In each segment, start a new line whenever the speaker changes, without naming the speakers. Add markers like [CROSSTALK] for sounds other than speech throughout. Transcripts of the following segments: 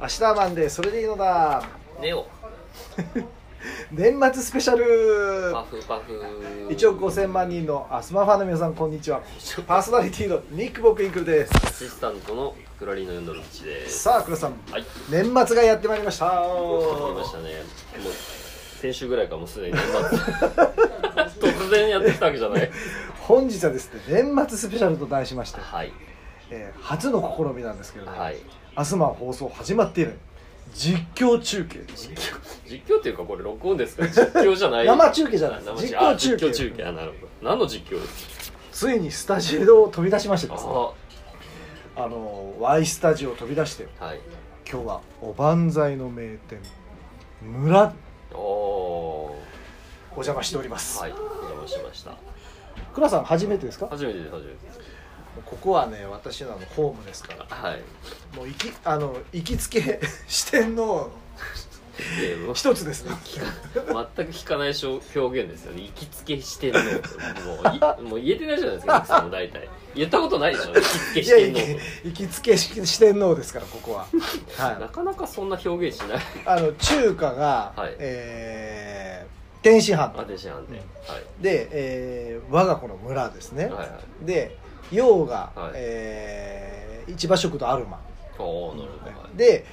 明日はマンデーそれでいいのだ
ネオ
年末スペシャル
パフパフ
1億5000万人のアスマファンの皆さんこんにちはパーソナリティのニック・ボクインクルで
アシスタントのクラリーノ・ヨンドルッチですす
さあ黒さん
はい
年末がやってまいりました
来ましたねもう先週ぐらいからもうすでに年末
[LAUGHS]
突然やってきたわけじゃない
本日はですね年末スペシャルと題しまして、
はい
えー初の試みなんですけれども、
はい
アスマ放送始まって以来実況中継
実況実況っていうかこれ録音ですから実況じゃない
生中継じゃない
生中
実
実
況
況
中継
実況中継あなるほど何の実況です
ついにスタジオを飛び出しましてですね
か
あの Y スタジオを飛び出して
あはい
今日はおばんざいの名店村
おお
お邪魔しております、
ーはいお邪魔しました
倉さん初めてですか
初めてです初めてです
ここはね私のあのホームですから
はい
もう行きあの行きつけ視点の
ゲームを
一つですね
[LAUGHS] 全く聞かないしょ表現ですよね行きつけしてんのもういもう言えてないじゃないですかいつも大体言ったことないでしょ行きつけ
いや
して
行
んの
き行きつけ視点のですからこ
[LAUGHS]
こは
な
は
かなかそんな表現しない
いあの中華が、
はい
えー天津飯
アテシャンで、
で、えー我が子の村ですね、
はいはいはい
で洋が、
はい
えー市場食堂アルマ
おおなるほど、はい
で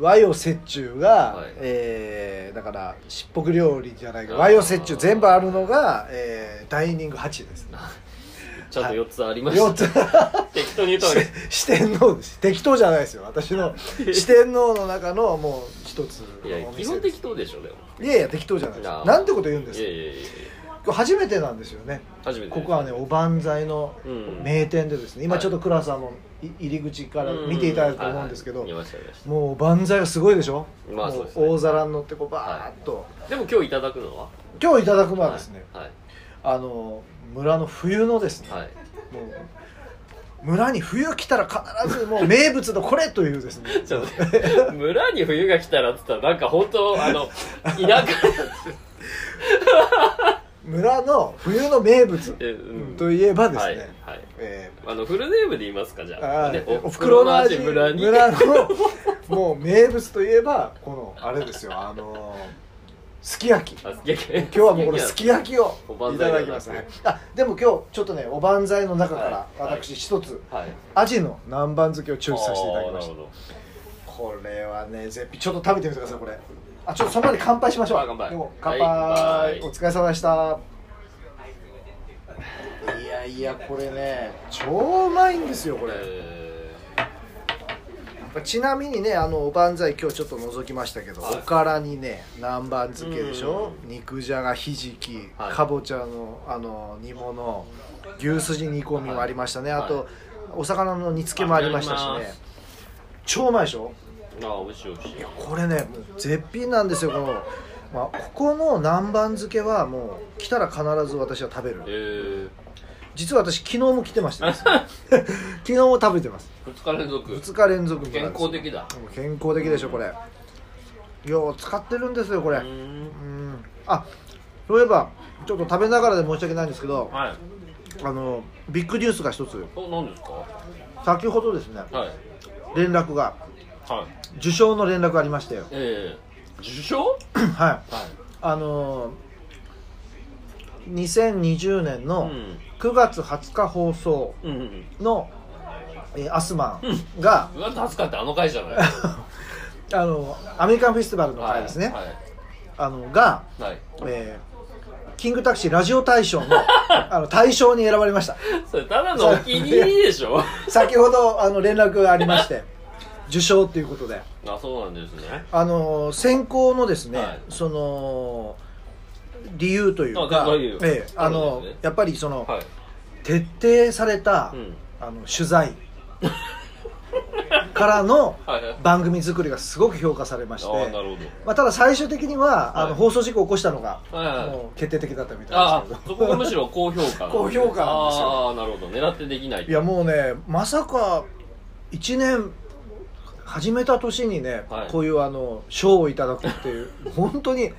和洋折衷が、
はい
えーだからしっぽく料理じゃないけど
あー
和洋折衷全部あるのが、えーダイニング8ですね
ちゃんと4つありました、
4つ
[LAUGHS] 適当に言ったわけ
[LAUGHS] 四天王です適当じゃないですよ私の四天王の中のもう一つの
いや
お
基
店
本
です
適当でしょでも
いやいや適当じゃないです
いや
なんてこと言うんで
い
す
や
か
いやいやいや
今日初めてなんですよね
初めてで
こ
す
こはねおばんざいの
うん
名店でですね、今
はい
ちょっと倉さんもい入り口から見ていただいたと思うんですけど、
はいはい見ました見まし
もう万歳がすごいでしょ、
まあ
も
そうですね
大皿に乗ってこうバーッと、
たでも今日いただくのは
今日いただくのはですね、
はい
あの村の冬のですね、
はい、はい
もう村に冬来たら必ずもう名物のこれというですね
ちょっと待って村に冬が来たらって言ったらなんか本当あの田舎
村の冬の名物
えうん
といえばですね、
はいはい
え
あのフルネームで言いますかじゃあ
あー
ね
おふくろの味
村に
村のもう名物といえばこのあれですよあのすき焼き
[LAUGHS] あすき焼き
今日はもうこのすき焼きを
おば
い
んざ
た
い
だきます、
じゃなく
あでも今日ちょっとねおばんざいの中から
はい
私一つ、
はい
アジの南蛮漬けをチョイスさせていただきまし
あー
た
なるほ
これはね絶品ちょっと食べてみてくださいこれあちょっとその前に乾杯しましょう
あ乾杯
でも乾杯、
はい乾杯
お疲れ様でしたいやいやこれね超うまいんですよこ
ど
れ、
え
ちなみにねあのおばんざい今日ちょっと覗きましたけど、
はい
おからにね南蛮漬けでしょ肉じゃがひじき、
はい
かぼちゃのあの煮物牛すじ煮込みもありましたね、
はい
あと、お魚の煮付けもありましたし
あり
ね
ます
超うまいでしょ
ー、あー美味しい美味しい
いやこれねもう絶品なんですよこの、まあ、ここの南蛮漬けはもう来たら必ず私は食べる
え
実は私昨日も来てましてです
[LAUGHS]
ね昨日も食べてます
ー、2日連続
2日連続村
健
です
康的だ
健康的でしょこれよう使ってるんですよこれ
うーん
うんあそういえばちょっと食べながらで申し訳ないんですけど
はい
あのビッグニュースが一つ
お何ですかは
先ほどですね
いはい
連絡が受賞の連絡がありましたよ [COUGHS]
えー、受賞
はい
は
あの2020年
う
の
ん
9月20日放送
うんうん
の、えーアスマンが、
うわ助かってあの回
[LAUGHS]
じゃない
あのアメリカンフェスティバルの会ですね、
はい
あのが
はい、はい
えーキングタクシーラジオ大
[LAUGHS]
賞のあの大賞に選ばれました
それただのお気に入りでし [LAUGHS] ょ
先ほどあの連絡がありまして受賞ということで
あそうなんですね
あの選考のですね、
はい
その理由という
あ
か
どういう
ええあ
そ
の
うですね
やっぱりその、
はい
徹底された、
うん
あの取材からの
[LAUGHS] はいはい
番組作りがすごく評価されまして
ああなるほど
まあ、ただ最終的には、あ
は
の
い
放送事故を起こしたのが、
はいはい
もう決定的だったみた
あ
いです
あ
け
そ
ど
こがむしろ高評
[LAUGHS]
価
高評価なんですよ
ああなるほど狙ってできない
いやもうねまさか1年始めた年にね、
はい
こういうあの賞をいただくっていう [LAUGHS] 本当に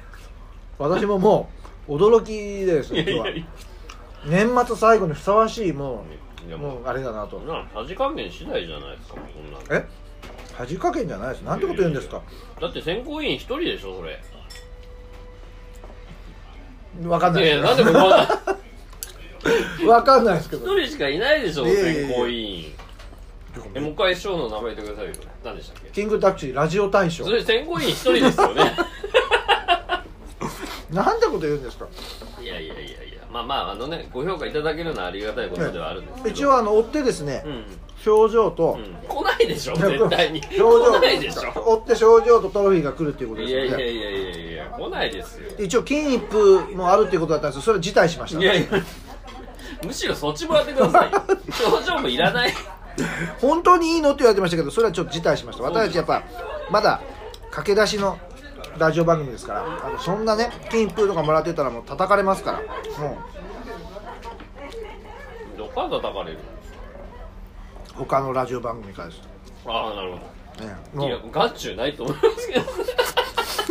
私ももう驚きです
いやい
よ
やい
年末最後にふさわしいも
や
う
も
もうあれだなと
うなさじ加減次第じゃないですかこんなの
え恥かけんじゃないですなんてこと言うんですか
だって選考委員一人でしょそれ
わかんない
い
です
やなんでここは
けどわかんないですけ
一
ど
人しかいないでしょ
いやいやいや
選考委員えもう一回師匠の名前言ってくださいよ何でしたっけ
キングタッチラジオ大賞
それ選考委員一人ですよ
[LAUGHS]
ね
なんてこと言うんですか
いやいやいやいやまあまああのねご評価いただけるのはありがたいことではあるんですけど
一応あの追ってですね
うん、うん、
表情と
来ないでしょ絶対に
表情
来ないでしょ
追って症状とトロフィーが来るっていうことで
い
すよ
や
ね
いやいやいやいや来ないですよ
一応金一封もあるっていうことだったんですけどそれ辞退しました
いやいやむしろそっちもらってくださいよ表情もいらない
本当にいいのって言われてましたけどそれはちょっと辞退しました私たちやっぱまだ駆け出しのラジオ番組ですからあのそんなね金一封とかもらってたらもう叩かれますからも
どっから叩かれる
う他のラジオ番組からです
ああなるほ
ね
ど
も
いや
う
眼中ないと思いますけど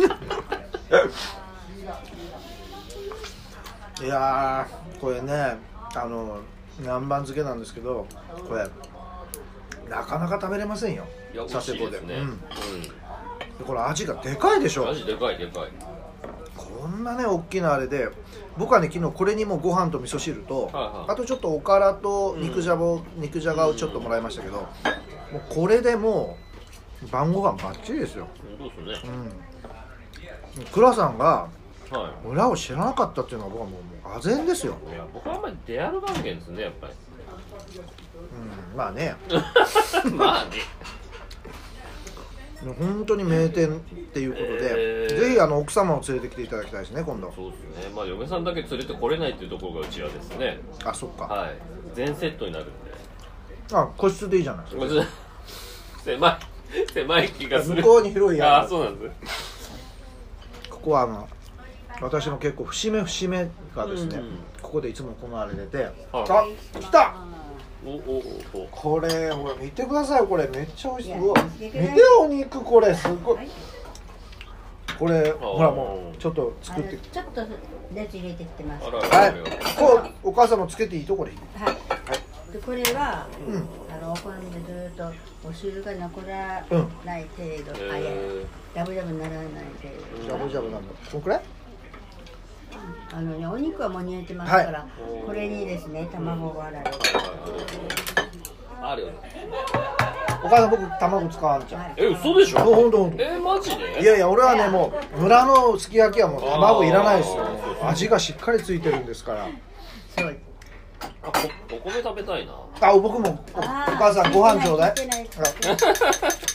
いやーこれねあの南蛮漬けなんですけどこれなかなか食べれませんよ
いや美
佐
味し
世
い
保で
で
す
ね
うんでこれ味がでかいでし
うん
ょ
マジでかいでかい
こんなね大きなあれで僕はね昨日これにもご飯と味噌汁と、
はいはい
あとちょっとおからと肉じゃぼ、肉じゃがをちょっともらいましたけど、もうこれでもう晩ご飯バッチリですよ
うんそうです
う
ね
ん倉さんが
は
村を知らなかったっていうのは僕はもうもう唖然ですよ、
いいや僕はあんまり出歩かんけんですねやっぱり
うん、まあね
[LAUGHS] まあね
本当に名店っていうことで、
えー
ぜひあの奥様を連れてきていただきたいですね今度
そうですねまあ嫁さんだけ連れてこれないっていうところがうちはですね
あそっか、
はい全セットになるんで
あ個室でいいじゃないです
これ狭い狭い気がす
か向
る
こうに広い
あ
や
あそうなんです
ここはあの私の結構節目節目がですね、
うんうん
ここでいつもこのあれ出て、あ
は
来た
おおおお
これほら見てくださいこれめっちゃ美味しい
いや
うわ見
見てください
てお肉これすごい
はい
これほらもうちょっと
あ
作
の
って
ちょっと熱入れてきてま
あ
す。は
らあ
は
ら
い
あら
こうお母さんもつけていいとこで
い。でこれは、
うん
あのこれでずーっとお汁が残らない程度、あいや
え
ダブダブならない程
ジャ
度。
ブジャブなんだこんくらい
あのねお肉はもう煮えてますから、
は
これにですね卵を洗う。
ー、あるよね
お母さん僕卵使わんじゃん
はい
え嘘でし
ほん
ょ
ほんとほんと
えマジで
いやいや俺はねもう村のすき焼きはもう卵いらないですよ
あーそうそう
味がしっかりついてるんですから
そう。
あこお米食べたいな
あ僕もおお
あー
母さんご飯ちょうだい
ついてないついて
はい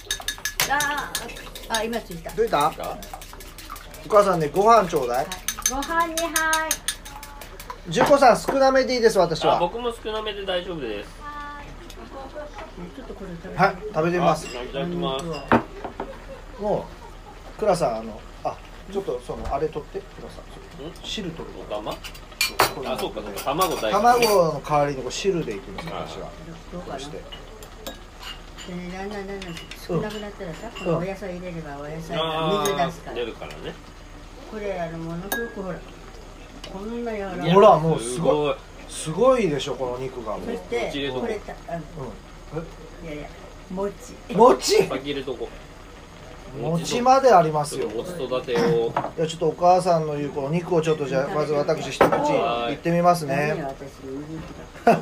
あーあ今ついた。
どういた
が
お母さんねご飯ちょうだい
ご飯にはい。
十子さん少なめでいいです私
あ
は
僕も少なめで大丈夫です
ちょっとこれ食べて。
はい食べてます
あいただきます
もう倉さんあのあちょっとそのあれ取って倉さんちょっと汁取る
おかま
これ
あそうかそうか卵大丈夫
卵の代わりにこう汁でいきます私は
どうか
そ
な。
して
でねだんだんだんだん少なくなったらさ、
ん
このお野菜入れればお野菜が水
あ
出すか
ー
ら
出るからね
これあのものすごくほらこんな柔らか
い
い
やほらもうすご
い
すごいでしょこの肉がも
そうし、て
餅入れとこう
これたあ
うん
のいやいや餅
えもち
先入れとこ
もちまでありま
ち
す
ょ
よ
っともつ育てを
いやちょっとお母さんの言うこの肉をちょっとじゃあまず私一口いってみます
ダメよ
ね
私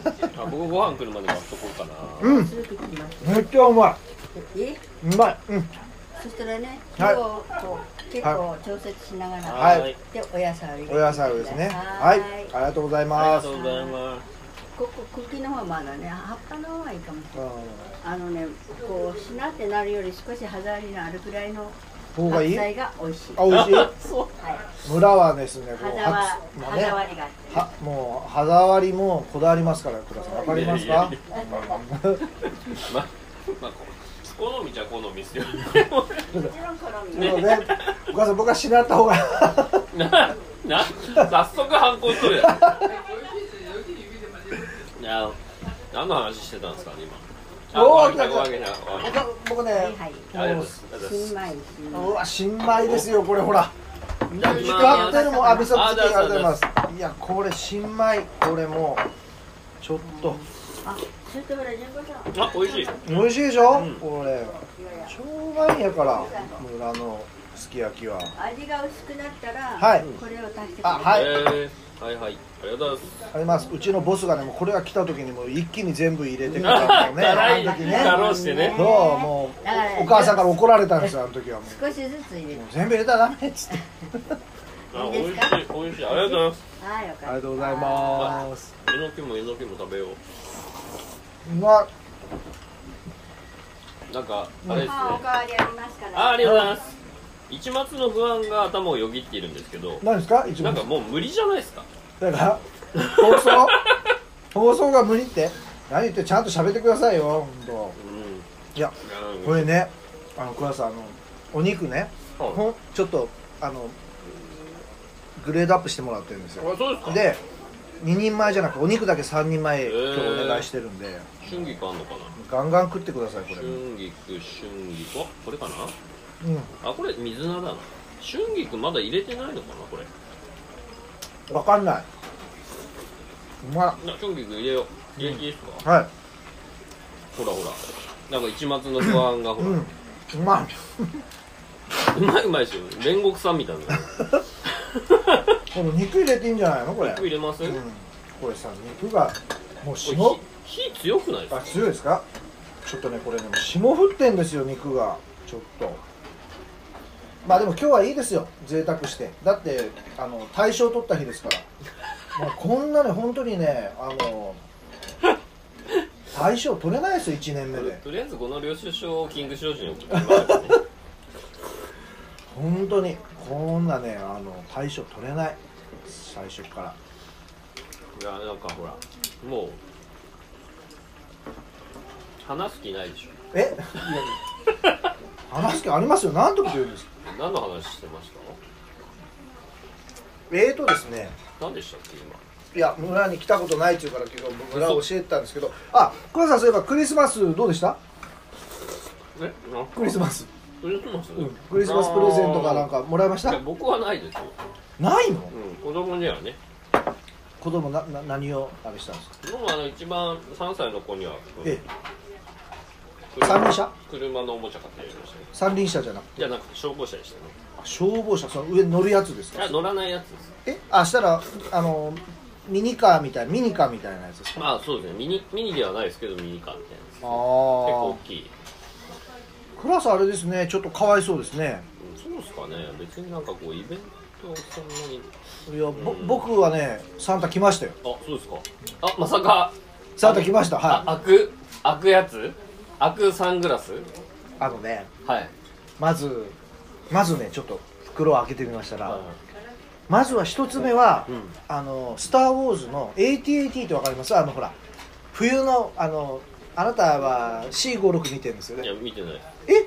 握って
あ僕ご飯来るまで待っとこうかな
うん
すぐ切ります
めっちゃうま
え
いうまいうん
そしたらね
は
今
い
日こう結構調節しながら、
はい
はーい
でお野菜を入れて
お野菜をですねは
はいい
ありがとうござい
あり
ま
が
す
とうございます
ここ茎の方まだね葉っぱの方がいいかも
うん
あのねこうしなってなるより少し歯触りのあるくらいの
方がいい
白菜が美味しい
あ、美味しい。
そう
はい
村はですね、こ
歯
う、
触
はもう
歯
ね、
触りがあって
は、もう歯触りもこだわりますから、倉さん、わかりますか
いやい。まあまあこ好みじゃ好みですよ [LAUGHS] ね
もちろん好み
[LAUGHS] なので、お母さん、僕はしなった方が。 [LAUGHS]
なな早速反抗しとる [LAUGHS] やんいや何の話してたんですかね今あ
おー
わかった
来た
わかったわかっ
僕僕
は
ね、
いはい
たありがとうございますありがとうございます
新米
うわ、新米ですよ、これ、ほら。
いただき
光
ま
ってるもん、あ、味噌
あ
漬け、ありがとうござい
どう
ます。いや、これ、新米、これもう。ちょっと、
あちょっとほら純子さん
あ、美味しい。
美味しいでしょ、
うん
これしょうがいいやから村のすき焼きは
味が薄くなったら、
はい
これを足してくだ
あ
さい
はい
えーはいはい。ありがとうございます。
ありますうちのボスがねもうこれが来た時にもう一気に全部入れてくれた [LAUGHS] のね
辛
あ
い
の時ね
だろうしてね
そうもうお母さんから怒られたんですよあの時はもう
少しずつ入れて
もう全部入れたらダメっつって
あ、
い
美味
いで
し
すか
い。美味しい。ありがとうございます。
はいよかっ
あ
た
りがとうございます
えのきもえのきも食べよう。
うまい
なんか、あれですね。
まあおかわりありますから
あ、ありがとうございます。一末の不安が頭をよぎっているんですけど、
何ですか一
なん
番
かもう無理じゃないですか。
だから放送放送が無理って何言ってちゃんと喋ってくださいよ本当
うん。
いや
うん、
これねあの桑田さんあのお肉ね
はい
ほんちょっとあのグレードアップしてもらってるんですよ
あ、そうですか。
で2人前じゃなくお肉だけ3人前
へ
今日
ー
お願いしてるんで
春菊あんのかな。
ガンガン食ってくださいこれ
春菊、春菊、あ、これかな。
う
あ、これ水菜だな。春菊まだ入れてないのかな、これ。
んわかんないうま
な、春菊入れよう。元気ですか。
いは
ほらほら。なんか一末の不安が
い
ほ
う
ら。
んうまいう
まいうまいですよ。煉獄さんみたいな。
この肉入れていいんじゃないのこれ
肉入れます。
うんこ
こ
れさ肉がもう
れ
霜
火火強くないです
あ
か。
強いですかちょっとねこれねもう霜降ってんですよ肉がちょっとまあでも今日はいいですよ贅沢してだってあの大賞取った日ですから、まあ、こんなね本当にねあの大賞取れないですよ1年目
とり
で
とりあえずこの領収書をキング商事に送ってもらえばね
本当にこんなねあの大賞取れない最初から
いやなんかほらもう話す気ないでしょ
えいや話す気ありますよ何てこと言うんですか
何の話してました
えーとですね
何でしたっけ今
いや村に来たことないっていうからけど村を教えてたんですけどあ倉さんそういえばクリスマスどうでした
えなんか
クリスマス、
クリスマス、
うん、クリスマスプレゼントかなんかもらいまし
いや
た
僕はないですよ、
ないの
うん、子供にはね
子供なな何をあれしたんですか
もうあの一番3歳の子には、うん
え
車
三輪車
車のおもちゃ買ってやりましたね
三輪車じゃなくて
じゃなくて消防車でしたね
あ消防車その上に乗るやつです
いや
か
乗らないやつです
えあしたらあのミニカーみたいミニカーみたいなやつですか
まあそうですねミニミニではないですけどミニカーみたいなやつ
あ
結構
あ
大きい
クラスあれですねちょっとかわいそうですね
うんそうですかね別になんかこうイベントをそんなに
いやぼ
うん
僕はねサンタ来ましたよ
あそうですかあまさか
サンタ来ました
あ
は
開く開くやつ開くサングラス
いあのね
はい
まずまずねちょっと袋を開けてみましたら、
は
まずは一つ目は、
うん
あの「スター・ウォーズ」の AT-AT ってわかりますあのほら冬のあのあなたは C56 見てるんですよ
いい
ね
や見てない
え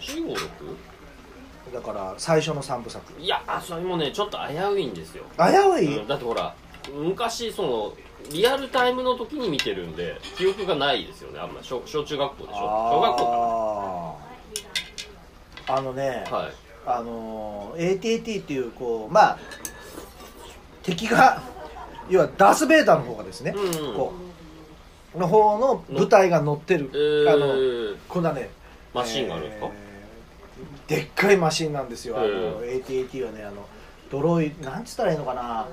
C56?
だから最初の3部作
いやあそれもねちょっと危ういんですよ、
危うい、
うんだってほら昔そのリアルタイムの時に見てるんで記憶がないですよねあんま小小中学校でしょ小学校か
あーあのね、
なはい
あのー AT-AT っていうこうまあ敵が要はダース・ベイダーの方がですね、
うん
こうの方の舞台が乗ってる、
え
あの
ー、
こんなね
マシンがあるんですか、
えーでっかいマシンなんですよ、あ
へ
の AT-AT はねあのドロイなんつったらいいのかな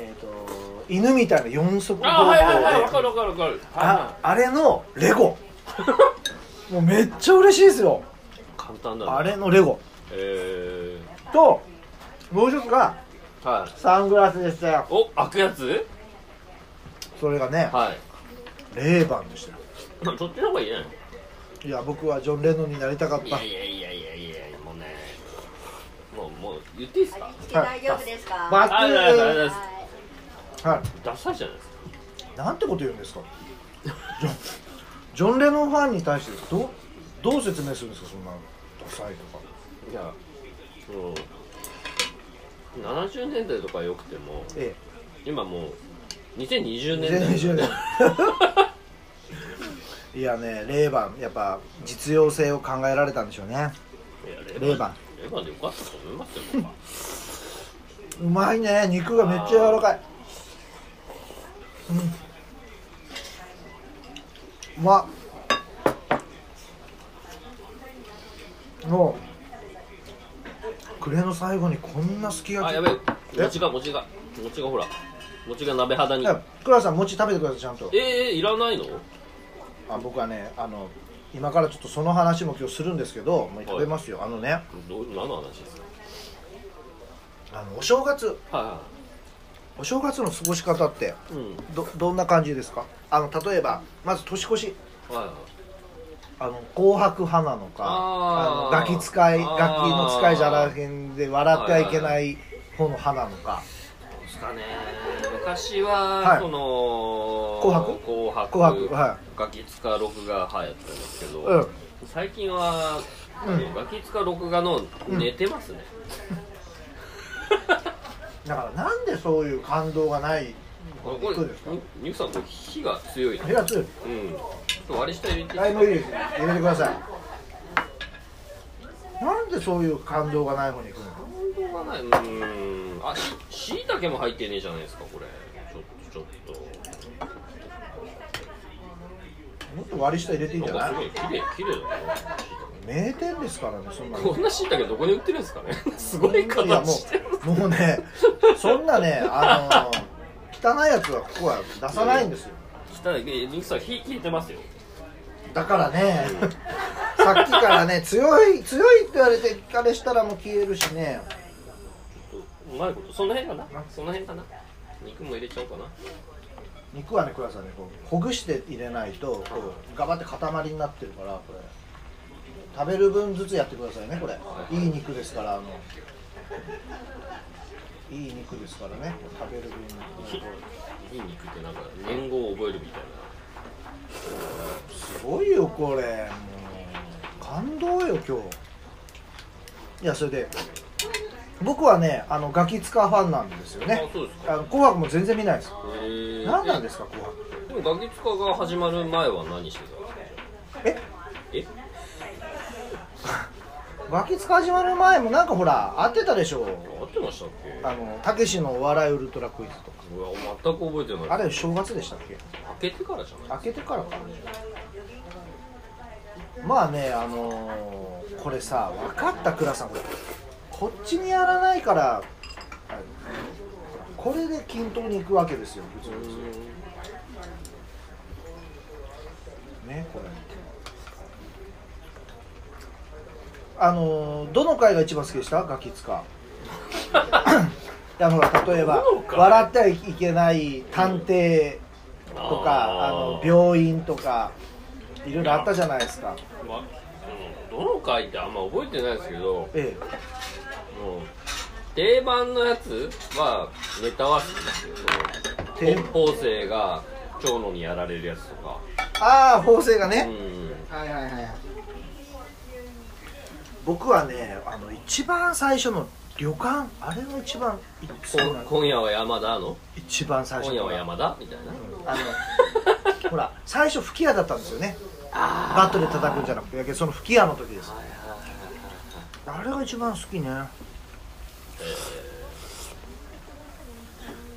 えっ、と犬みたいな四足
あはいはいはいわ
動
か
で
るわかるわかる
ああれのレゴ [LAUGHS] もうめっちゃ嬉しいですよ
簡単だな
あれのレゴ
え
ともう一つが
ー、はい
サングラスでしたよ
お開くやつ
それがね
はい
レーバンでしたよ
まあ [LAUGHS] そっちの方がいいね
いや僕はジョン・レノンになりたかっ
い
た
やいやいやいやいやもうねもうもう言っていいですか
味付け大丈夫ですか、
バ
ありがとうございます
はい
はい
ダサいじゃないですか
なんてこと言うんですかジョンジョン・レノンファンに対してどうどう説明するんですかそんなダサいとか
いやもう70年代とかよくても
え
今もう2020
え
年代
2020年
[LAUGHS]
いやねレーバンやっぱ実用性を考えられたんでしょうね
いや
レーバン
レーバンでよかったと思いますよ僕は
うまいね肉がめっちゃ柔らかいうまっもう暮れの最後にこんなすき焼
あ
き
やべえ餅が餅が餅がほら餅が鍋肌
い
に
や倉さん餅食べてくださいちゃんと
えー、いらないの
あ僕はねあの今からちょっとその話も今日するんですけどもう食べますよあのね
どう何の話です
あのお正月
かは
お正月の過ごし方って
いはいうん
どどんな感じですかあの例えばまず年越し
はいはい
あの紅白花のか
あー
あのガキ使い
あ
ガ
ー
キの使いじゃらへんで笑ってはいけない方の花のか
ですかね昔は、
はい
その
紅白
紅白
紅白は
ガキ使録画派やったんですけど、
うん
最近は、
うん
あのガキ使録画の
うん
寝てますね、
だからなんでそういう感動がないの
これ
に行くんですか
ニューさんこれ火が強いね
部屋つ
うんちょっと割り下入れて
はいもういいです入れてくださいなんでそういう感動がない方に行くの
感動がないうーんあししいたけも入ってねえじゃないですかこれちょっとちょ
もっと割り下入れていいん
っ
じ
と
ゃ
なんか
な
す
い
ごい綺麗綺麗だね
名店ですからねそんなの
こんなしいたけどこに売ってるんですかね [LAUGHS] すご
や
い形
も
してる
うもうねそんなねあの汚いやつはここは出さないんですよ
汚いえニューさん火消えてますよ
だからねさっきからね強い強いって言われてあれしたらもう消えるしね
うまいことその辺かなその辺かな肉も入れちゃおうかな
肉はね倉さんねこうほぐして入れないとこうガバって塊になってるからこれ食べる分ずつやってくださいねこれ
はい
いい肉ですからあのいい肉ですからね食べる分
いい肉ってなんか年号を覚えるみたいな
すごいよこれもう感動よ今日いやそれで僕はねあのガキ使ファンなんですよね
あそうですか
あの紅白も全然見ないです
へー
何なんですか紅白
えでもガキ使が始まる前は何してたんですか
え
え
ガキ使始まる前もなんかほら合ってたでしょ
合ってましたっけ
あのたけしのお笑いウルトラクイズとか
うわ全く覚えてない
あれ正月でしたっけ
開けてからじゃない
開けてからかまあねあのーこれさ分かった倉さんこれこっちにやらないからあのこれで均等にいくわけですよ普通
う
に
ーん
ねこれあのーどの回が一番好きでしたガキツ
[LAUGHS]
カいやほら例えば
どの
「
回
笑ってはいけない探偵」とか、あ
あー
の病院とかいろいろあったじゃないですか
まあうんどの回ってあんま覚えてないですけど、
え
もう定番のやつはネタは好きですよ
え
そ
て
の高校生が長野にやられるやつとか
ああ法制が
う
ね、
ん
はいはいはい僕はねあの一番最初の旅館あれが一番い
こ
そうなの
今夜は山田の
一番最初
今
の
夜は山田みたいな、
あの [LAUGHS] ほら最初吹き矢だったんですよねバットで叩くんじゃなくてだけどその吹き矢の時ですあれが一番好きね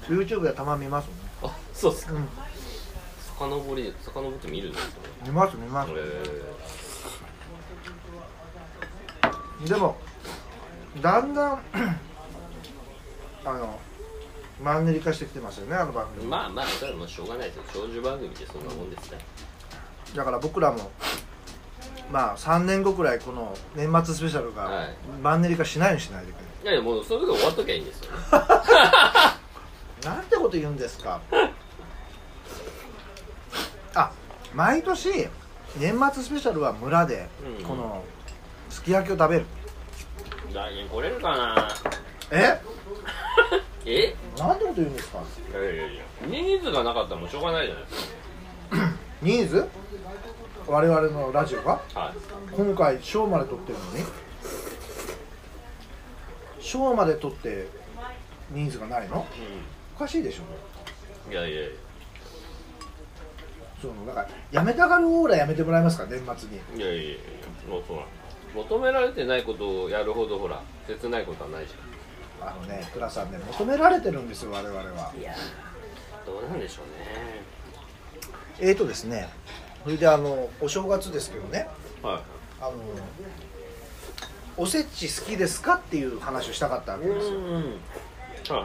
YouTube でたまに見ますもんね
あそうっすか
うん
遡り遡って見るんですね
見ます見ます
へ
でもだんだんあのマンネリ化してきてますよねあの番
え
組、
まあまあそれはもうしょうがないですよ長寿番組ってそんなもんですね
だから僕らもまあ3年後くらいこの年末スペシャル
は
が
い
マンネリ化しないようにしないでくれ、
いやいやもうその時終わっときゃいいんですよね
なんてこと言うんですかあ毎年年末スペシャルは村で
うん
このすき焼きを食べる
来年来れるかな
え
え
なんてこと言うんですか
いやいやいや人数がなかったらもうしょうがないじゃないです
ニーズ我々のラジオが
かはい
今回賞まで取ってるのに賞まで取って人数がないの
う
おかしいでしょ
んいやいやいや
そのだからやめたがるオーラやめてもらえますか年末に
いやいやいやもうそうなん求められてないことをやるほどほら切ないことはないじ
あのね倉さんね求められてるんですよ我々は
ゃんいやどうなんでしょうね
えーとですねそれであのお正月ですけどね
は
あのおせち好きですかっていう話をしたかったわ
い
けですよ
うんはい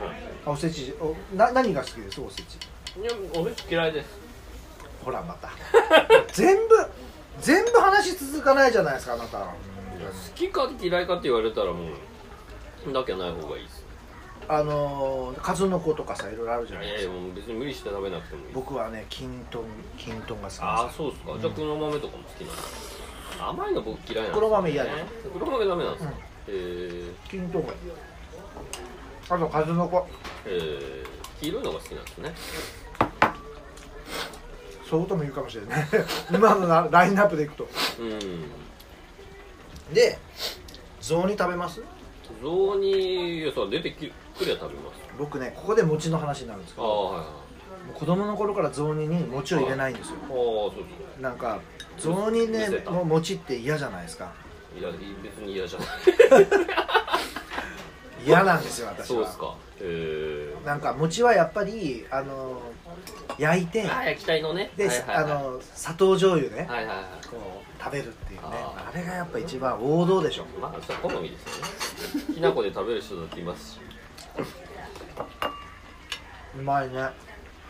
はい
あおせちおな何が好きですおせち
いやおせち嫌いです
ほらまた [LAUGHS] 全部全部話続かないじゃないですかあなた
いや好きか嫌いかって言われたらもうなきゃない方がいいです
あのー数の子とかさいろいろあるじゃない
い
で
やい
す
や
か
もう別に無理して食べなくてもいい
僕はね金豚金豚が好き
あ
なん
あ
ですよ
そうですか、じゃあ黒豆とかも好きなんだ甘いの僕嫌いなんです
黒豆嫌いです
黒豆ダメなんですか、
うん
えー、
金豚があと数の子
えー、黄色いのが好きなんですね
そういうことも言うかもしれない [LAUGHS] 今のなラインナップでいくと
うん
で雑煮食べます
雑煮いやそう出てきくりゃ食べます
僕ねここで餅の話になるんですけ
あ
ど
あはいはい
もう子供の頃から雑煮に餅を入れないんですよ
ああそうそう
なんか雑煮ね
見せた
もう餅って嫌じゃないですか
いや別に嫌じゃない
嫌なんですよ私は
そうですかええ
なんか餅はやっぱりあの焼いて
ー、ああ焼きたいのね
で、
はいはいはい、
あの砂糖醤油ね、
はいはいはい
こう食べるっていうねあ
あ
れがやっぱ一番王道でしょ
まあそれは好みですよねきな粉で食べる人だっていますし
うまいね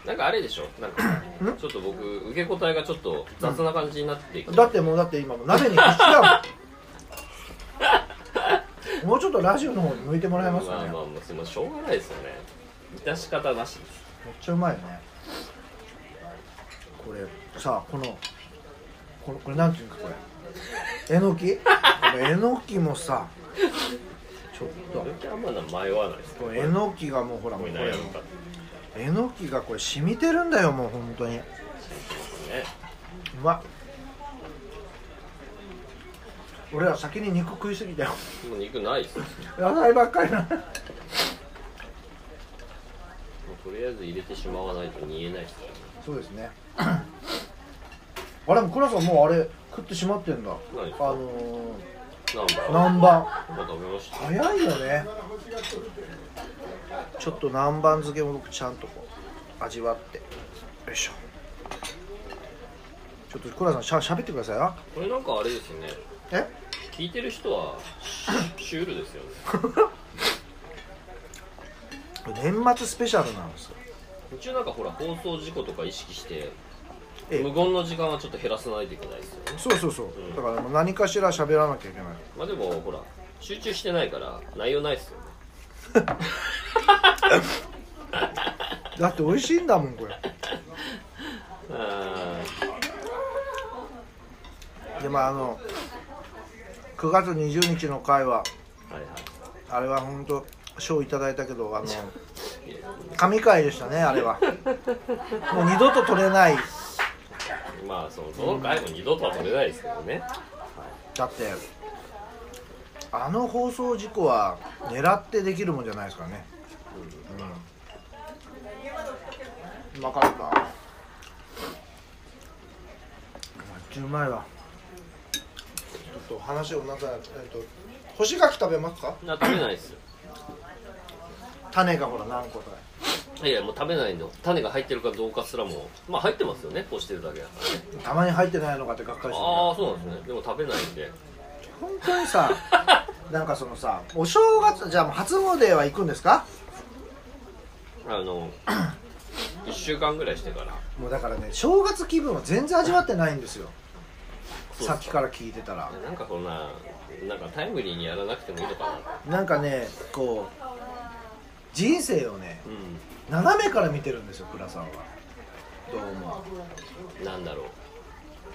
なんかあれでしょなんか
ん
ちょっと僕受け答えがちょっと雑な感じになってきて、
だってもうだって今もう鍋に必死だ
[LAUGHS]
もんもうちょっとラジオの方に向いてもらえますかね、
まあまあまあすいませんしょうがないですよね致し方なしです
めっちゃうまいよねこれさこのこのこれなんていうんかこれえの
[LAUGHS]
きこれえのきもさちょっ
それってあんま迷わないです
とこれえのきがもうほら
思
もう
い
こ
悩
れ
むかっ
えのきがこれ染みてるんだよもう本当にう
たね
まっ俺ら先に肉食いすぎたよ
もう肉ないですよも
野菜ばっかりな
うとりあえず入れてしまわないと煮えないですからね
そうですねあれも倉さんもうあれ食ってしまってんだあ
何ですか
の
何
ー、
番も
南蛮
う食べました
早いよねちょっと南蛮漬けも僕ちゃんとこう味わってよいしょちょっと倉さんしゃしゃべってくださいよ
これなんかあれですね
え
聞いてる人はシュールですよね
年末スペシャルなんですよ
途中なんかほら放送事故とか意識して
ええ
無言の時間はちょっと減らさないといけないですよね
そうそうそうだからもう何かしら喋らなきゃいけない
まあでもほら集中してないから内容ないですよね
だって美味しいんだもんこれ
あ
でもあの9月20日の回は
ーはいは
あれは本当賞いただいたけどあの
いいや
神回でしたねあれはもう二度と取れない
まあそのその回も二度とは取れないですけどね
だってあの放送事故は狙ってできるもんじゃないですからねうんうまかっためっちゃうまいわちょっと話をなんかえっと干し柿食べますか
な食べないですよ
種がほら何個とか
いやもう食べないの種が入ってるかどうかすらもまあ入ってますよねこうしてるだけだからね
たまに入ってないのかってがっかりする
ああそうなんですねでも食べないんで
本当にさ [LAUGHS] なんかそのさお正月じゃあもう初詣は行くんですか
[LAUGHS] あの1週間ぐらいしてから
もうだからね正月気分は全然味わってないんですよ
そう
さっきから聞いてたら
なんかそんななんかタイムリーにやらなくてもいいのかな
なんかねこう人生をね
う
斜めから見てるんですよ倉さんはどうも
んなんだろ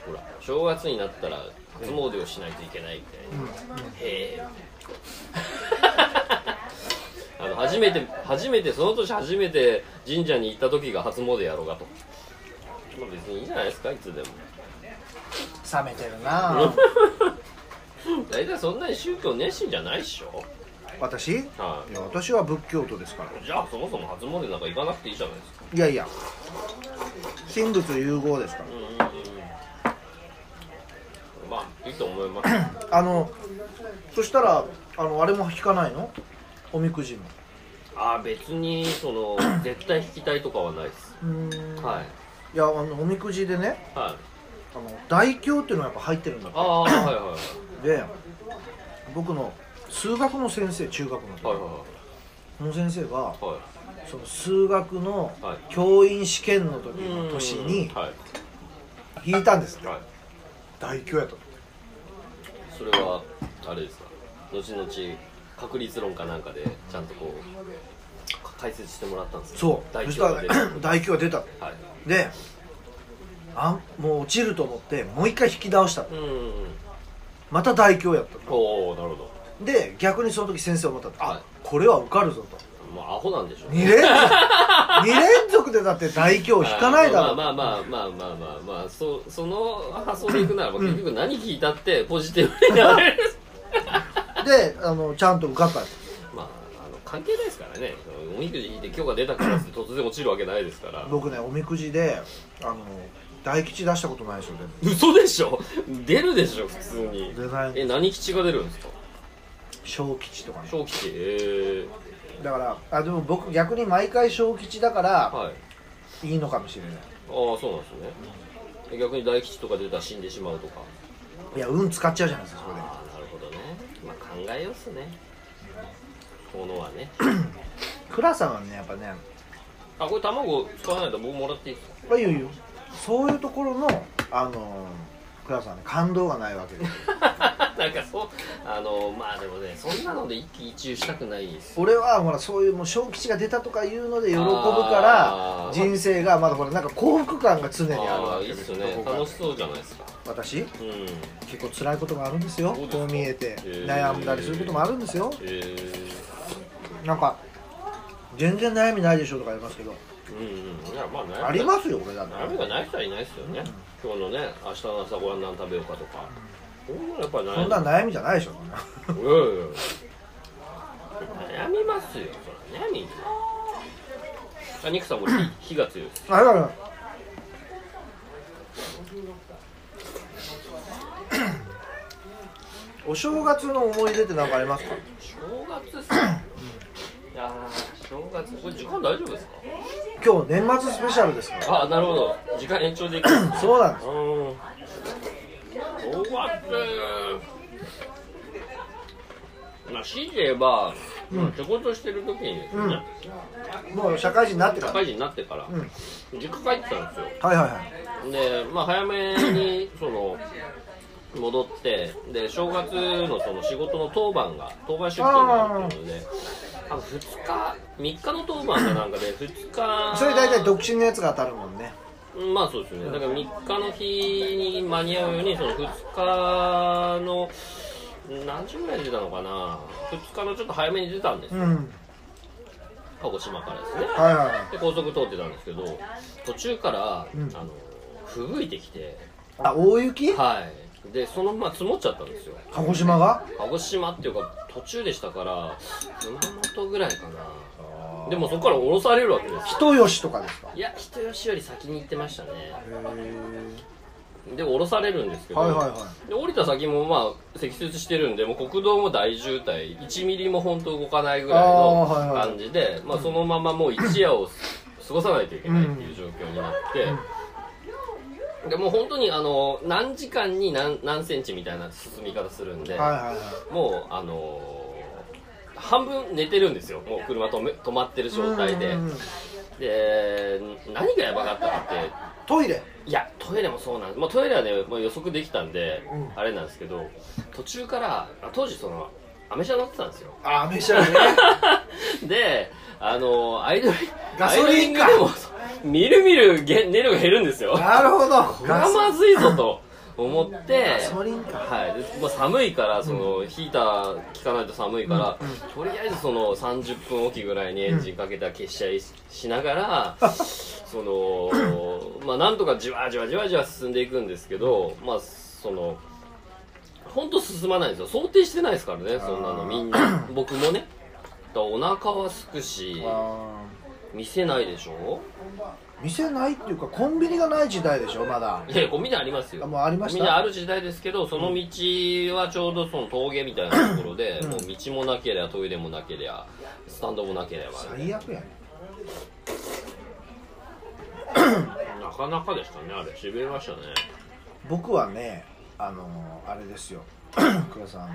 うほら正月になったら初詣をしないといけないみたいな、へえ [LAUGHS] あの初めて初めてその年初めて神社に行った時が初詣やろうかと、まあ、別にいいじゃないですかいつ [LAUGHS] でも
冷めてるなぁ
大体そんなに宗教熱心じゃないっしょ
私い
は
や私は仏教徒ですから
いじゃあそもそも初詣なんか行かなくていいじゃないですか
いやいや神仏融合ですから
うんうんうんまあいいと思います
あのそしたらあのあれも引かないのおみくじも
ああ別にその [COUGHS] 絶対引きたいとかはないです
うーん
はい
いやあのおみくじでね
は
あ
い
の大凶っていうのがやっぱ入ってるんだって
ああはいはいはい
で僕の数学の先生中学の時、
はい
の先生が
はいはい
その数学の
はい
教員試験の時の年に
はい
引いたんですって
はい
大凶やと
それはあれですか後々確率論かなんかでちゃんとこうか解説してもらったんですか
そう
大
そし
規
た
模で
ら [CLEARS THROAT] 大凶が出た
はい
であもう落ちると思ってもう一回引き直した
うんうんうん
また大凶やった
おおなるほど
で逆にその時先生思ったって
はい
あこれは受かるぞと
まあアホなんでしょう
2連続2連続でだって大凶引かないだろ
まあまあまあまあまあまあまあそその発想でいくならば結局何聞いたってポジティブになれる
であのちゃんと受かったんです
まああの関係ないですからねおみくじ引いて今日が出たからって突然落ちるわけないですから
僕ねおみくじであの大吉出したことないでしょ
嘘でしょ出るでしょ普通に
出ない
え何吉が出るんですか
小吉とかね
小吉え
だからあでも僕逆に毎回小吉だから
ー、はい
いいのかもしれない
ああそうなんですねえ逆に大吉とか出たら死んでしまうとか
いや運使っちゃうじゃないですかそれで
ああなるほどねまあ考えようっすねものはね
倉さんはねやっぱね
あこれ卵使わないと僕もらっていいですか
ま
[LAUGHS]
あいいよいいよそういうところのあの倉さんね感動がないわけ
[LAUGHS]
ですよ
なんかそうあのまあでもねそんなので一喜一憂したくないです
俺はほらそういうもう小吉が出たとかいうので喜ぶ
あ
から
ー
人生がまだほらなんか幸福感が常にある
あ
わ
あい
け
いっ
ですす
よ
よ
ね
僕は
楽しそうじゃないですか
私
うんへ
結構辛いことがあるんですよ
そうです
こ
か
う見えて
へー
悩んだりすることもあるんですよ
え
なんか全然悩みないでしょとか言いますけど
うんうんいやまあ悩み
ありますよ俺だって
悩みがない人はいないですよね今日のね明日の朝ごはん何食べようかとかそんなのやっぱり
そ
悩
んな悩
み
みじゃないでしょそんない
やいやいや悩みますよそら悩みあニクさんこれ火火が強いです
あれだからお正月の思い出って何かありますか
正月っすかいやー正月これ時間大丈夫です
今日年末スペシャルですから
かあなるほど時間延長できる
そうなんです
うん正月まあ強いて言えば、まあ仕事してる時にですね、
もう社会人になってから
社
はい
会人になってから、
ん
実家帰ってたんですよ
はいはい
で、まあ、早めにその戻ってで正月のその仕事の当番が当番出勤があるっていうのであの2日3日の当番かなんかで2日
それ大体独身のやつが当たるもんね
うんまあそうですねだから3日の日に間に合うようにその2日の何時ぐらいに出たのかな2日のちょっと早めに出たんです
う
よ
ん
鹿児島からですね
はいはいはい
で高速通ってたんですけど途中から、
うん
あのふぶいてきて
あ大雪
はい。で、そのまま積もっちゃったんですよ。
鹿児島が
鹿児島っていうか、途中でしたから、熊本ぐらいかな。でもそこから降ろされるわけですよ。
人吉とかですか
いや、人吉より先に行ってましたね。で、降ろされるんですけど、
はいはいは
で降りた先もまあ積雪してるんでもう国道も大渋滞1ミリも本当動かないぐらいの
あーはいはい
感じでまあ、そのままもう一夜を過ごさないといけないっていう状況になって、でもう本当にあの何時間に何何センチみたいな進み方するんで、
いはいはいはい
もうあのー半分寝てるんですよもう車止め止まってる状態で、
うんうんうん
で何がやばかったかって
トイレ
いやトイレもそうなんです、まあ、トイレはね、まあ、予測できたんで、
うん
あれなんですけど途中からあ当時そのアメ車乗ってたんですよ [LAUGHS]
あめちゃね
であのアイドリ
ガソリンか
アイドリングでもそうみるみるげ寝るが減るんですよ
[LAUGHS] なるほど
これはまずいぞと思って
ガソリンか
はいでまあ、寒いからその、ヒーター効かないと寒いから、とりあえずその30分おきぐらいにエンジンかけたら消しちゃいしながら、そのまあなんとかじわじわじわじわ進んでいくんですけどまあその本当進まないんですよ想定してないですからねそんなのみんな僕もねだからお腹はすくし
あ
見せないでしょ
ー店ないっていうかコンビニがない時代でしょまだ
いやコンビニありますよ
あもうありまし
み
た
んなある時代ですけどその道はちょうどその峠みたいなところで、もう道もなければトイレもなければスタンドもなければ
最悪やね
なかなかでしたねあれしびれましたね
僕はねあのあれですよ [CLEARS THROAT] 福田さんあの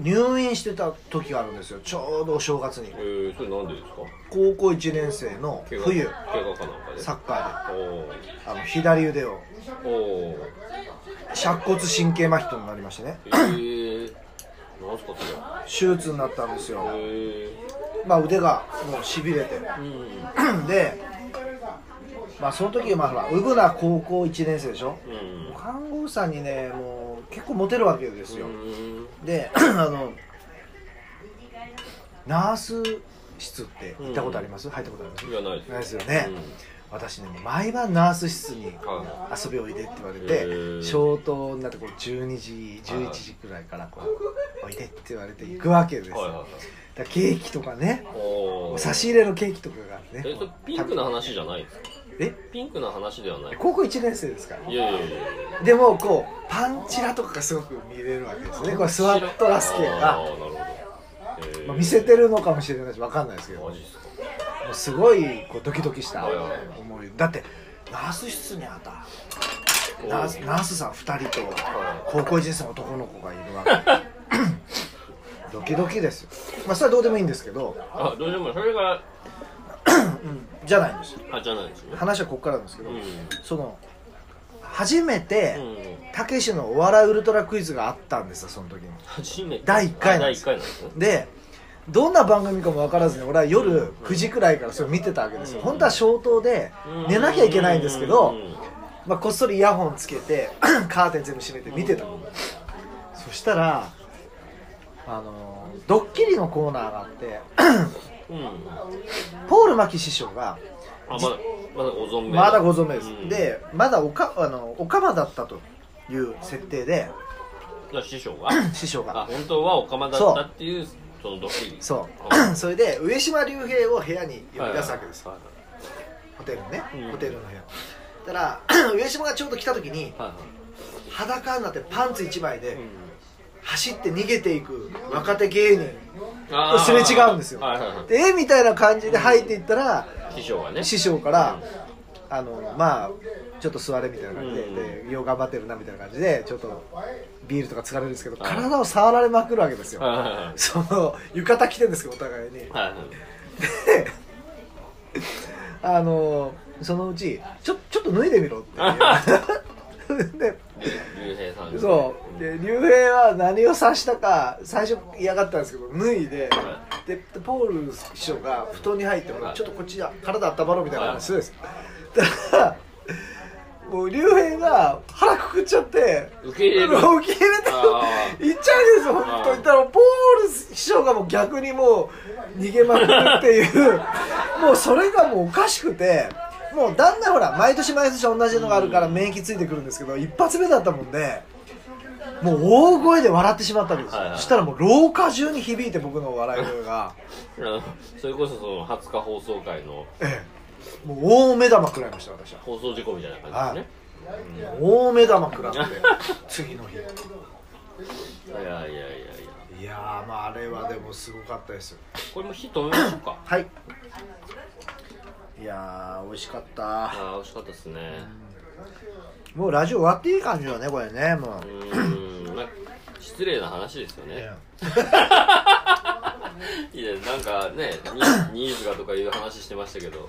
入院してた時があるんですよちょうどお正月に
えー、それなんでですか
高校1年生の
怪我
冬
怪我かなんかで
サッカーで
おー
あの左腕を
おー
尺骨神経麻痺となりましてね
えー、なんすかそれ
手術になったんですよ
え
まあ腕がもうしびれて
ー、うん
[CLEARS THROAT] でまあその時まあほらうぶな高校1年生でしょ
うん
看護婦さんにねもう結構モテるわけですよ、
うん
で [CLEARS THROAT] あのナース室って行ったことあります、入ったことあります
いやないです
ないですよね、私ね毎晩ナース室に
は
遊びおいでって言われ
へ
て
ー
消灯になってこう12時11時くらいからこうおいでって言われて行くわけです
う
よ、
ん、はいはいはい
だからケーキとかね
おー
差し入れのケーキとかがね
えそれピンクな話じゃないんですか
え
ピンクな話ではない
高校1年生ですから
いやいやいや
でもこうパンチラとかがすごく見れるわけですねこれスワットラスケ
あー
が、
なるほど、え
まあ見せてるのかもしれないし分かんないですけど
マジっすか
もうすごいこうドキドキした
はいはいはい
思いだってナース室にあったナース
おう
ナースさん2人と
は
高校人生の男の子がいるわ
[LAUGHS]
けドキドキですよまあそれはどうでもいいんですけど、
あどうでもそれが
うん、じゃないんですよ
あじゃないですね
話はここからなんですけど、
うん
その初めて
うん
たけしのお笑いウルトラクイズがあったんですよその時に
初めて
第一回
あ
なんで
第一
す
回なんですね
でどんな番組かも分からずに俺は夜9時くらいからそれを見てたわけですよ
うん
本当は消灯で寝なきゃいけないんですけど、
うん
まあ、こっそりイヤホンつけて [CLEARS THROAT] カーテン全部閉めて見てたのそしたらあのードッキリのコーナーがあって [CLEARS THROAT]
うん
ポール牧師匠が
あまだまだご存命
まだご存命です、
うん
でまだおかあのおかまだったという設定で
じゃあ師匠が
師匠
あ
が
本当はオカマだったっていうそのドッキリ
そうう [CLEARS THROAT] それで上島竜兵を部屋に呼び出すわけです、
はい
ホテルのね、
うん
ホテルの部屋だ [CLEARS THROAT] から上島がちょうど来た時に
はいはいはい
裸になってパンツ1枚で
うん
走って逃げていく若手芸人
あー
すれ違うんですよ
はいはいは
でえみたいな感じで入っていったら、
い師匠がね
師匠から、あのまあちょっと座れみたいな感じで,、
う
でよう頑張ってるなみたいな感じでちょっとビールとか疲れるんですけど
はい
体を触られまくるわけですよ、
はいはいはい
その浴衣着てるんですけどお互いに
はいはい
あのそのうちちょちょっと脱いでみろっていう
[LAUGHS]
[LAUGHS] で
竜兵さんですね
そうで竜兵は何を察したか最初嫌がったんですけど脱いで
は
ででポール師匠が布団に入ってほら
はい
ちょっとこっちだ体温まろうみたいな話するんですだからもう竜兵が腹くくっちゃって
受け入れる
受け入れて
あ
行っちゃうんですよ本当
あー
にたらポール師匠がもう逆にもう逃げまくるっていう [LAUGHS] もうそれがもうおかしくてもうだんだんほら毎年毎年同じのがあるから免疫ついてくるんですけど一発目だったもんでもう大声で笑ってしまったわけですよ、
はいはい
そしたらもう廊下中に響いて僕の笑い声
[LAUGHS]
が
あのそれこそその20日放送回の
ええもう大目玉食らいました私は
放送事故みたいな感じ
大目玉食らって次の日
ですねいやいやいやいや
いやーまああれはでもすごかったですよ
これも火止めましょうか
はい。いやー、美味しかった。
ああ美味しかったですね
もうラジオ終わっていい感じだね、これね、も
う
う。
ーんまあ失礼な話ですよ
い
ね
や
いやなんかねニニーズがとかいう話してましたけど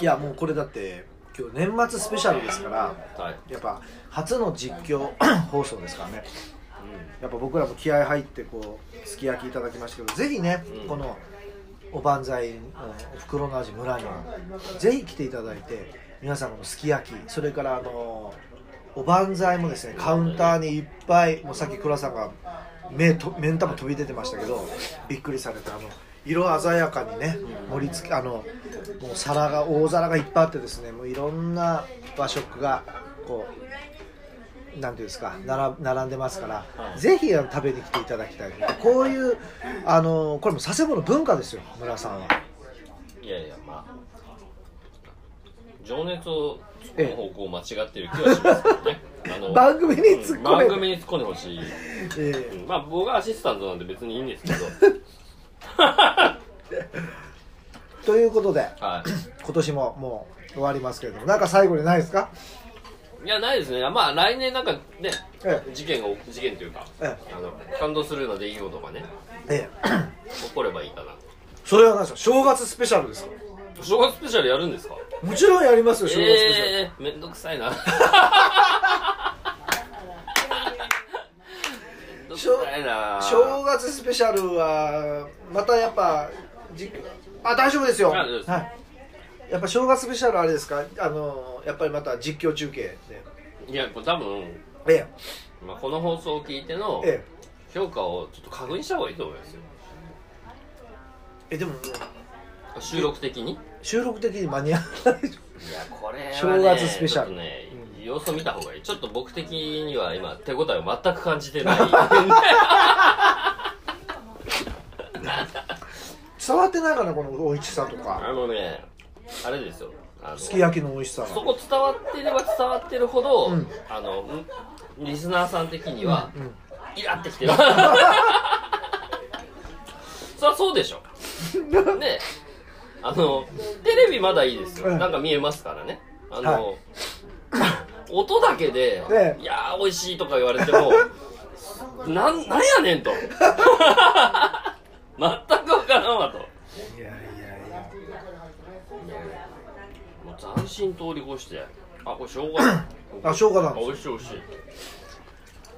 いや、もうこれだって、今日年末スペシャルですから、
はい
やっぱ初の実況 [CLEARS THROAT] 放送ですからね。やっぱ僕らも気合入って、こう、すき焼きいただきましたけど、ぜひね、
うん
この、おばんざい、うんおふくろの味村には、ぜひ来ていただいて、皆さんのすき焼き、それから、あのおばんざいもですねカウンターにいっぱいもうさっき倉さんが目と目ん玉飛び出てましたけどびっくりされたあの色鮮やかにね盛り付けあのもう皿が大皿がいっぱいあってですねもういろんな和食がこうなんていうんですか並並んでますから、
はい
ぜひあの食べに来ていただきたいこういうあのこれも佐世保の文化ですよ村さんは。
うんいやいやまあ情熱を突っ込む方向を間違ってる気はしますよねあの
番組に突っ込め
うん番組に突っ込んでほしい
ええ
うんまあ僕はアシスタントなんで別にいいんですけど
ということで
はい
今年ももう終わりますけれどもなんか最後にないですか
いやないですねまあ来年なんかね
え
事件が事件というか
え
あの感動するような出来事がね
え [CLEARS THROAT] え
起こればいいかな
それは何ですか正月スペシャルですか
正月スペシャルやるんですか
もちろんやりますよ正月スペシャル、
えー、めんどくさいなめんどくさいな
正月スペシャルはまたやっぱじあ大丈夫ですよ、は
あ
い
大丈夫です、
やっぱ正月スペシャルあれですかあのやっぱりまた実況中継で
いやこれ多分、
ええ
まあ、この放送を聞いての
え
評価をちょっと確認した方がいいと思いますよ
ええでももう
収録的にい
収録的に間に合わない
やこれは、ね、
正月スペシャル
ちょっとね様子を見た方がいいちょっと僕的には今手応えを全く感
[LAUGHS]
じてない
伝わってないかなこの美味しさとか
あのねあれですよあの
すき焼きの美味しさが
そこ伝わってれば伝わってるほど、
うん
あのんリスナーさん的には、
うん
イラってきてる [LAUGHS] そりゃそうで [LAUGHS] しょねあのテレビまだいいですよ、
うん
なんか見えますからねあの、
は
[LAUGHS] 音だけで、
ね
いやー美味しいとか言われてもなんなんやねんと [LAUGHS] 全く分からんわと
いやいやいや
もう斬新通り越してあこれ生姜だ
あ正月な
あ
んで
美味しい美味しい
す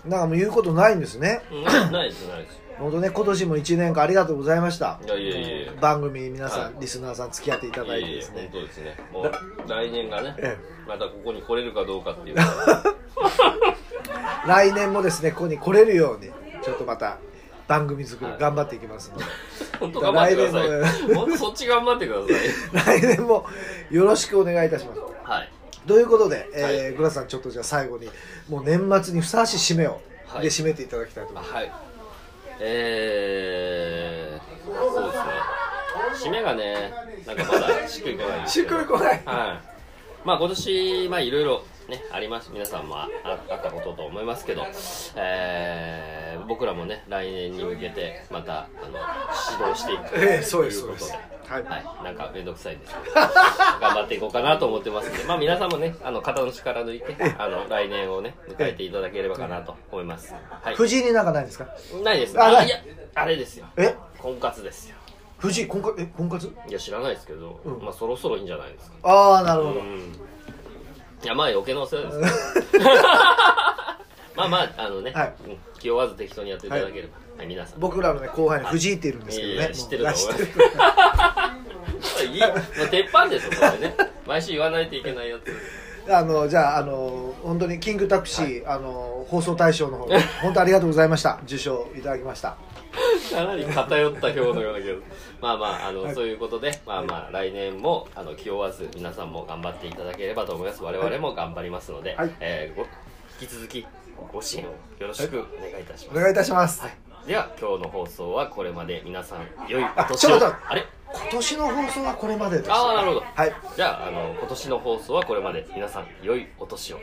なんかもう言うことないんですね
うんないないですないです
本当ね今年も1年間ありがとうございました
いやいやいやいや
番組に皆さん、
はい
リスナーさん付き合っていただいてですね
いえいえ本当ですねもう来年がね
え
またここに来れるかどうか
[LAUGHS]
っていうのは
え来年もですねここに来れるようにちょっとまた番組作り頑張っていき
[LAUGHS]
ますので、
本当頑張ってくださ
来年
い本当そっち頑張ってくだ
[LAUGHS]
さい
来年もよろしくお願いいたします
はい
ということで、えー
は
グラさんちょっとじゃあ最後にもう年末にふさわしい締めを、
はい
で締めていただきたいと思い
あ
ます
はいえー、そうですね締めがねなんかまだしっくりこないんです
し
け
っ
ど
くりこない
はい。まあ今年、まあいろいろね、あります。皆さんもあああったことと思いますけど、えー、僕らもね、来年に向けて、また、あの、指導していくということ
え
で。
えそうですそうですは
はいい、なんかめんどくさいですけど頑張っていこうかなと思ってますんで、まあ皆さんもね、あの、肩の力抜いて、あの、来年をね、迎えていただければかなと思います。はい。
藤井になんかないんですか
ないです。
あ
あ、
ない
いや、あれですよ。
え
婚活ですよ。
藤井婚活え婚活
いや、知らないですけど、
うん
まあそろそろいいんじゃないですか。
ああなるほど、
いやまあ余計なお世話です [LAUGHS] まあまああのね、
はい
うん気負わず適当にやっていただければ、はい皆さん
僕らのね後輩に藤井っているんですけど
い
ね
やい
も
や
う
知ってると
あ
思い
知
[LAUGHS] ま
っ
す
てる
いいもう鉄板ですよこれね毎週言わないといけないやつ
あのじゃああの本当にキングタクシー、あの放送大賞の方で本当ありがとうございました受賞いただきました
[LAUGHS] かなり偏った表のようだけどまあまああの、
はい
そういうことでまあまあ来年もあの気負わず皆さんも頑張っていただければと思います我々も頑張りますので、
はい
えーご引き続きご支援をよろしくお願いいたします
お、願いいたします、
では今日の放送はこれまで皆さん良いお
あ
年
ちょっ
を
と待って
あれ
今年の放送はこれまでです
ああなるほど
はい
じゃああの今年の放送はこれまで皆さん良いお年を